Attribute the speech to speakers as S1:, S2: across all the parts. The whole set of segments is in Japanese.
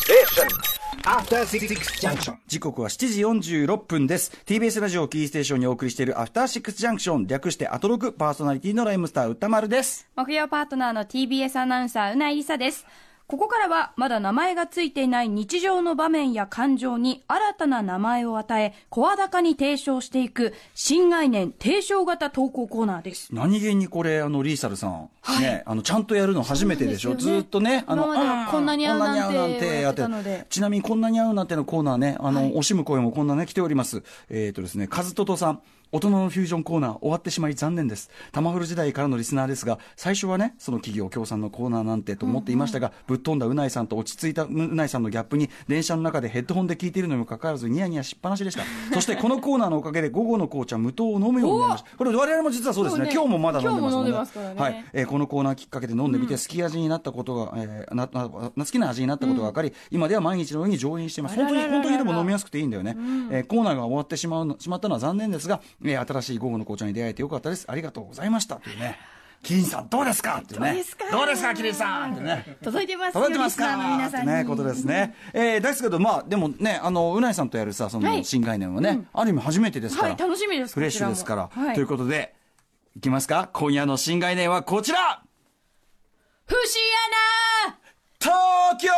S1: Station.
S2: 時刻は7時46分です TBS ラジオキーステーションにお送りしているアフターシックスジャンクション略してアトロクパーソナリティのライムスター歌丸です
S3: 木曜パートナーの TBS アナウンサーうないりさですここからはまだ名前がついていない日常の場面や感情に新たな名前を与え声高に提唱していく新概念提唱型投稿コーナーです
S2: 何気にこれあのリーサルさん、ねあのちゃんとやるの初めてでしょ
S3: そうなんです
S2: ず
S3: よね
S2: ーっとねあの
S3: 今までは
S2: あー
S3: こんなに合うなんて
S2: た
S3: やってたので
S2: ちなみにこんなに合うなんてのコーナーねあの、惜しむ声もこんなね来ておりますえっ、とですねカズトトさん大人のフュージョンコーナー終わってしまい残念です。タマフル時代からのリスナーですが、最初はね、その企業協賛のコーナーなんてと思っていましたが、ぶっ飛んだうないさんと落ち着いたうないさんのギャップに、電車の中でヘッドホンで聞いているのにもかかわらずニヤニヤしっぱなしでした。そしてこのコーナーのおかげで午後の紅茶無糖を飲むようになりました。これ我々も実はそうですね。
S3: そう
S2: 今日
S3: ね
S2: もまだ飲んでますもんね
S3: 今日も飲んでますからね
S2: はい。えーこのコーナーきっかけで飲んでみて、好き味になったことが、えーななな好きな味になったことが分かり、今では毎日のように上演しています。
S3: あら
S2: 本
S3: ら
S2: 当
S3: ら
S2: に、
S3: ら
S2: 本当にでも飲みやすくていいんだよね。えーコーナーが終わってしまうのしまったのは残念ですが、えー新しい午後の紅茶に出会えてよかったです。ありがとうございました。というね。金さんどうですかっていうね。
S3: どうですか
S2: どうですかキリさんってね。
S3: 届いてますよ
S2: 届いてます
S3: リス
S2: か
S3: ナーの皆さんに
S2: ね、ことですね。えー、ですけど、まあ、でもね、あの、うないさんとやるさ、そ
S3: は
S2: の
S3: い
S2: 新概念はね、ある意味初めてですから。
S3: はい楽しみです
S2: フレッシュですから。
S3: こちらもはい
S2: ということで、いきますか今夜の新概念はこちら
S3: 不思議やな
S2: 東京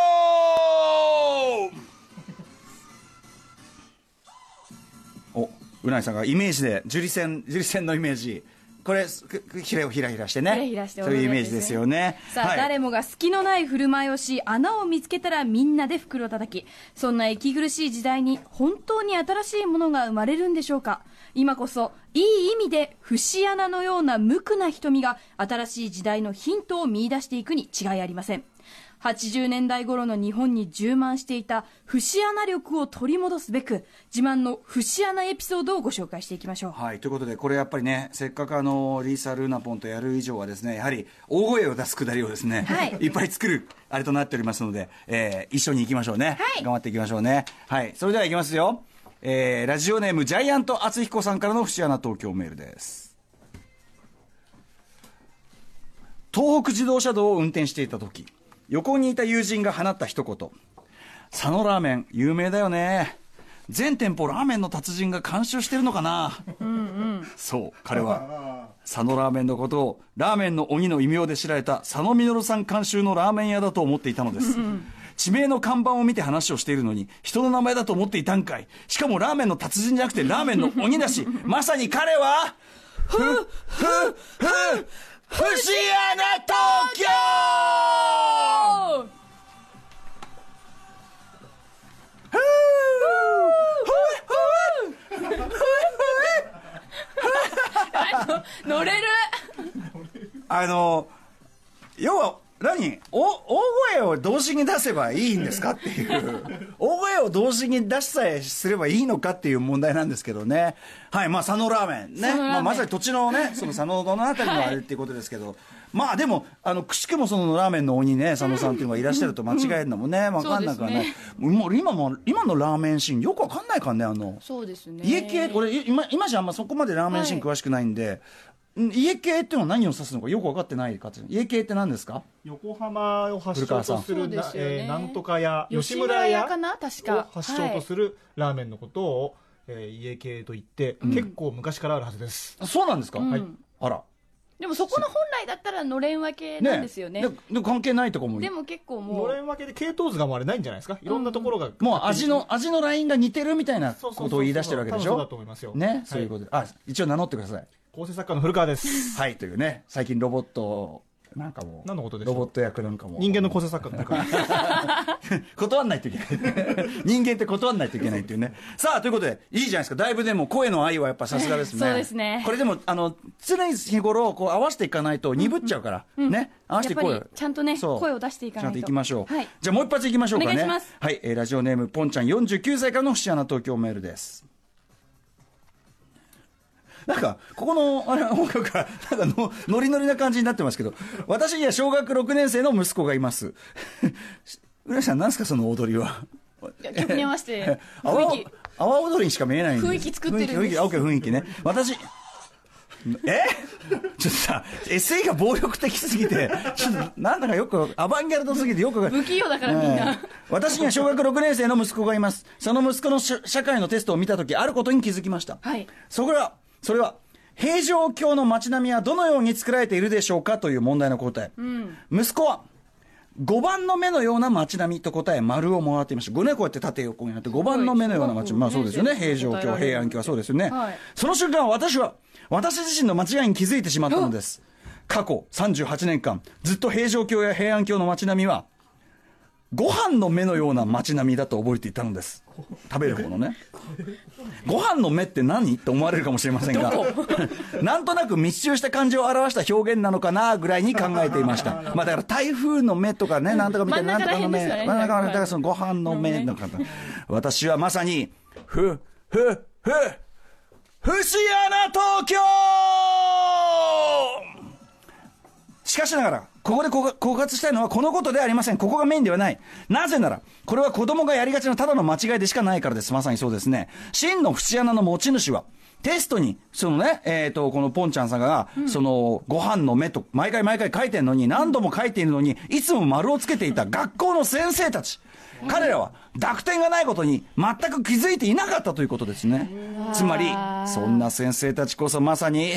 S2: おうないさんがイメージで樹里線樹里線のイメージこれくくひらひらひらしてね
S3: ひらひらして
S2: そういうイメージですよね
S3: さあ、
S2: はい
S3: 誰もが隙のない振る舞いをし穴を見つけたらみんなで袋叩きそんな息苦しい時代に本当に新しいものが生まれるんでしょうか今こそいい意味で節穴のような無垢な瞳が新しい時代のヒントを見出していくに違いありません80年代頃の日本に充満していた節穴力を取り戻すべく自慢の節穴エピソードをご紹介していきましょう
S2: はい、ということで、これやっぱりね、せっかくあのリーサ・ルーナポンとやる以上は、ですねやはり大声を出すくだりをですね、
S3: はい
S2: っぱ い作るあれとなっておりますので、えー一緒に行きましょうね、
S3: はい
S2: 頑張っていきましょうね、はい、それでは行きますよ、えーラジオネーム、ジャイアント厚彦さんからの節穴東京メールです。東北自動車道を運転していた時横にいた友人が放った一言佐野ラーメン有名だよね全店舗ラーメンの達人が監修してるのかなそう彼は佐野ラーメンのことをラーメンの鬼の異名で知られた佐野実さん監修のラーメン屋だと思っていたのです地名の看板を見て話をしているのに人の名前だと思っていたんかいしかもラーメンの達人じゃなくてラーメンの鬼だしまさに彼はふふふふしあな東京
S3: 乗れる
S2: あの要は何お大声を同時に出せばいいんですかっていう 大声を同時に出しさえすればいいのかっていう問題なんですけどねはいまあ佐野ラーメンね
S3: 野ラーメン
S2: まあ、まさに土地のねその佐野のあたりのあれっていうことですけど、 まあでもあのくしくもそのラーメンの鬼ね佐野さんっていうのがいらっしゃると間違えるのも ね分かんなくはない、もう今も今のラーメンシーンよく分かんないからねあの
S3: そうですね
S2: 家系俺い今今じゃあんまそこまでラーメンシーン詳しくないんで、うん家系っていうのは何を指すのかよく分かってないかって家系って何ですか
S4: 横浜を発祥とす
S3: 古
S4: る
S3: 川
S4: な,、
S3: さんそうですよね
S4: えーなんとか屋
S3: 吉
S4: 吉
S3: 村
S4: 村
S3: 屋
S4: 屋
S3: かな確
S4: を
S3: か
S4: 発祥とするラーメンのことを、えー家系と言って、結構昔からあるはずです
S2: あそうなんですか、
S3: うん
S2: はいあら
S3: でもそこの本来だったらのれん分けなんですよね
S2: でで関係ないとこも
S3: でも結構も
S4: のれ
S3: うん
S4: 分けで系統図がもうあれないんじゃないですかいろんなところが、
S2: もう味の味のラインが似てるみたいな
S4: そうそうそうそう
S2: ことを言い出してるわけでし
S4: 多分そうだ
S2: ょ
S4: と思いますよは
S2: ね
S4: い
S2: そういうことで、あ一応名乗ってください
S4: 構成作家の古川です
S2: はいというね最近ロボットなんかも
S4: 何のことでしょ
S2: ロ
S4: う
S2: ボット役なんかも
S4: 人間の構成作家の古川です
S2: 断んないといけない人間って断んないといけないっていうねさあということでいいじゃないですかだいぶでも声の愛はやっぱさすがですね
S3: そうですね
S2: これでもあの常日頃こう合わせていかないと鈍っちゃうから、ね合わせていこう
S3: やっぱりちゃんとね
S2: そう
S3: 声を出していかない
S2: ち
S3: と
S2: ゃんといきましょう、
S3: はい
S2: じゃあもう一発いきましょうかね
S3: お願いします
S2: はい、えーラジオネームぽんちゃん49歳からの節穴東京メールですなんか、ここの、あれ、音楽が、なんかの、ノリノリな感じになってますけど、私には小学6年生の息子がいます。 浦井さん、何すか、その踊りは。
S3: 曲に合わ せ て
S2: 阿波
S3: 雰囲気
S2: 阿波踊りにしか見えないんです
S3: 雰囲気作ってるんです
S2: 雰囲気雰囲気あ OK 雰囲気ね私えちょっとさ、SE が暴力的すぎて、ちょっとなんだかよく、アバンギャルドすぎてよく、
S5: 不器用だからみんな
S2: ええ私には小学6年生の息子がいます。その息子のし社会のテストを見たとき、あることに気づきました。
S5: はい
S2: そこは、それは、平城京の街並みはどのように作られているでしょうかという問題の答え。息子は、5番の目のような街並みと答え、丸をもらっていました。5ね、こうやって縦横になって、5番の目のような街
S5: すごい
S2: まあそうですよね。平城
S5: 答え
S2: 京、
S5: られる
S2: 平安京はそうですよね。
S5: はい
S2: その瞬間、私は、私自身の間違いに気づいてしまったのです。過去38年間、ずっと平城京や平安京の街並みは、ご飯の目のような街並みだと覚えていたのです。食べる方のね。ご飯の目って何って思われるかもしれませんが、なんとなく密集した感じを表した表現なのかなぐらいに考えていました。まあだから台風の目とかね、なんとかみたいな、なんと
S5: 真ん
S2: か
S5: 中
S2: ら
S5: へ
S2: の
S5: んで
S2: 目、
S5: すよね
S2: 真ん中の
S5: は
S2: だ
S5: い
S2: からそのご飯の目の方。私はまさに、ふ、ふ、ふ、ふしあな東京しかしながら、ここで告告発したいのはこのことではありません。ここがメインではない。なぜなら、これは子供がやりがちなただの間違いでしかないからです。まさにそうですね。真の節穴の持ち主は、テストに、そのね、えっ、と、このポンちゃんさんが、その、ご飯の目と、毎回毎回書いてるのに、何度も書いているのに、いつも丸をつけていた学校の先生たち。彼らは、濁点がないことに、全く気づいていなかったということですね。つまり、そんな先生たちこそまさに、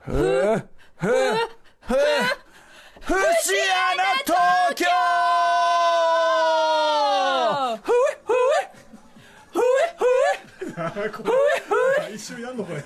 S2: ふー、ふー、ふー、ふしあな東京ふえ、ふえ、ふえ、ふえ、
S4: 一瞬やんのこれ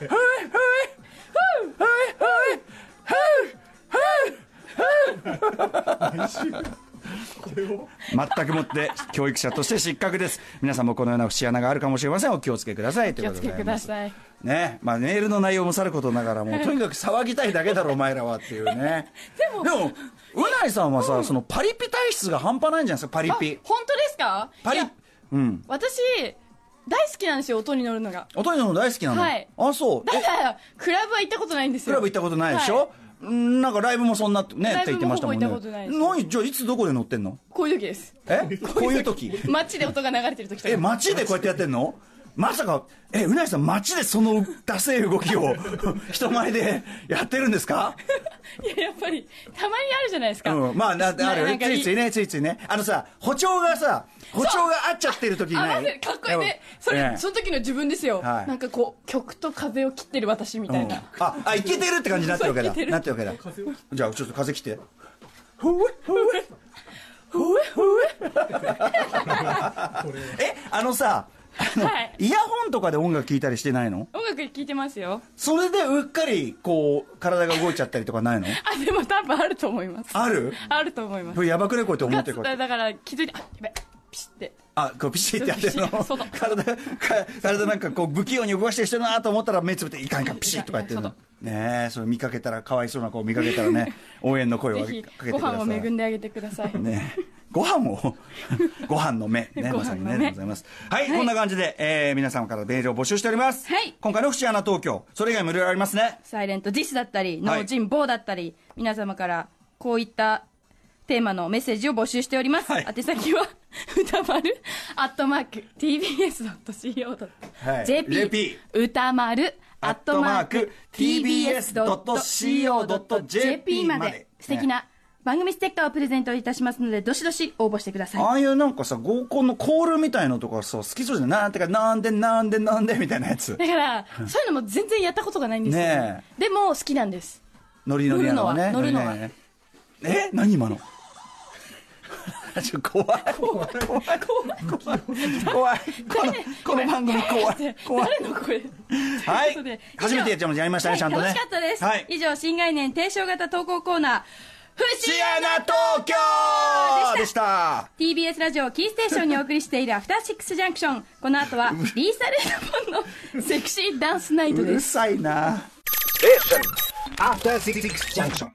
S2: 全くもって教育者として失格です。皆さんもこのような節穴があるかもしれません。お気をつけください。ということでございます
S5: 気をつけください
S2: ね、まあメールの内容もさることながら、もうとにかく騒ぎたいだけだろ、お前らはっていうね。でも、うないさんはさ、そのパリピ体質が半端ないんじゃないですか、パリ
S5: あ
S2: ピ。
S5: 本当ですか
S2: パリ
S5: いや、
S2: うん。
S5: 私大好きなんですよ音に乗るのが
S2: おとりの大好きなの。
S5: はい
S2: あ、そう。
S5: た
S2: え
S5: だクラブは行ったことないんです
S2: ク
S5: よ
S2: ラブ行ったことないでしょ、うんなんかライブもそんなねって言ってましたもんね
S5: ライブもほぼ行ったことないです
S2: 何じゃあいつどこで乗ってんの
S5: こういう時です
S2: えこういう時
S5: 街で音が流れてる時と
S2: え
S5: か
S2: 街でこうやってやってんのまさかえうなぎさん街でそのダセい動きを 人前でやってるんですか、
S5: いややっぱりたまにあるじゃないですか、
S2: うん、まあな
S5: な
S2: あるよ
S5: なんか
S2: ついついねついついねあのさ歩調がさ歩調が合っちゃってる時に
S5: 合
S2: な
S5: わせ
S2: い
S5: るかっこいいねそれ、
S2: ええ
S5: その時の自分ですよ、
S2: はい
S5: なんかこう曲と風を切ってる私みたいな、
S2: うんああいけてるって感じになってるわけだ
S5: そうイケてる
S2: なってるわけだじゃあちょっと風来てえあのさあの、
S5: はい
S2: イヤホンとかで音楽聴いたりしてないの
S5: 音楽聴いてますよ
S2: それでうっかりこう体が動いちゃったりとかないの
S5: あでも多分あると思います
S2: ある
S5: あると思います
S2: これやばくねこうやって思
S5: ガ
S2: って
S5: ッ
S2: こ
S5: と
S2: うや
S5: だ
S2: って
S5: から気づいてあやべピシって
S2: あこうピシッてやってるの
S5: ピシッ外
S2: 体か体なんかこう不器用に動かしてる人だなと思ったら目つぶっていかんいかんピシッとかやってるのねえそれ見かけたらかわいそうな子を見かけたらね応援の声をか
S5: ぜ
S2: け
S5: ひ
S2: てく
S5: ご
S2: ださい
S5: 飯を恵んであげてください、
S2: ねご飯 をご飯の目ね
S5: ご飯の目
S2: まさにねでございますはい、こんな感じで、えー皆様からメールを募集しております、
S5: はい
S2: 今回の「節穴東京」それ以外もいろいろありますね
S5: サイレントディスだったり、
S2: はい
S5: ノージンボーだったり、皆様からこういったテーマのメッセージを募集しております。
S2: はい
S5: 宛先は、 歌丸、アットマーク、
S2: はい
S5: tbs.co.jp
S2: JP、
S5: 歌丸、アットマーク、tbs.co.jp
S2: tbs.co.jp
S5: ま
S2: ま
S5: で
S2: で、
S5: 素敵な番組ステッカーをプレゼントいたしますので、どしどし応募してください。
S2: ああいうなんかさ合コンのコールみたいのとかさ好きそうじゃないなんてかなんでなんでなんでみたいなやつ
S5: だから、そういうのも全然やったことがないんですよ、
S2: ね
S5: でも、好きなんです。
S2: ノリノリなのはね
S5: 乗るのは
S2: ノリノリなのねえ何今のちょ怖い怖い怖い怖い怖いこのこの番組怖 い怖い
S5: 誰の声
S2: は
S5: ということで
S2: い初めてやっちゃいましたやりましたねちゃんとね
S5: はい楽しかったです、
S2: はい
S5: 以上新概念提唱型投稿コーナー「ふし
S2: シアナ東京でした」
S5: TBS ラジオキーステーションにお送りしている「アフターシックスジャンクション」この後はリーサルエナポンのセクシーダンスナイト
S2: う
S5: で
S2: る
S5: す
S2: さいな
S1: After Six Junction.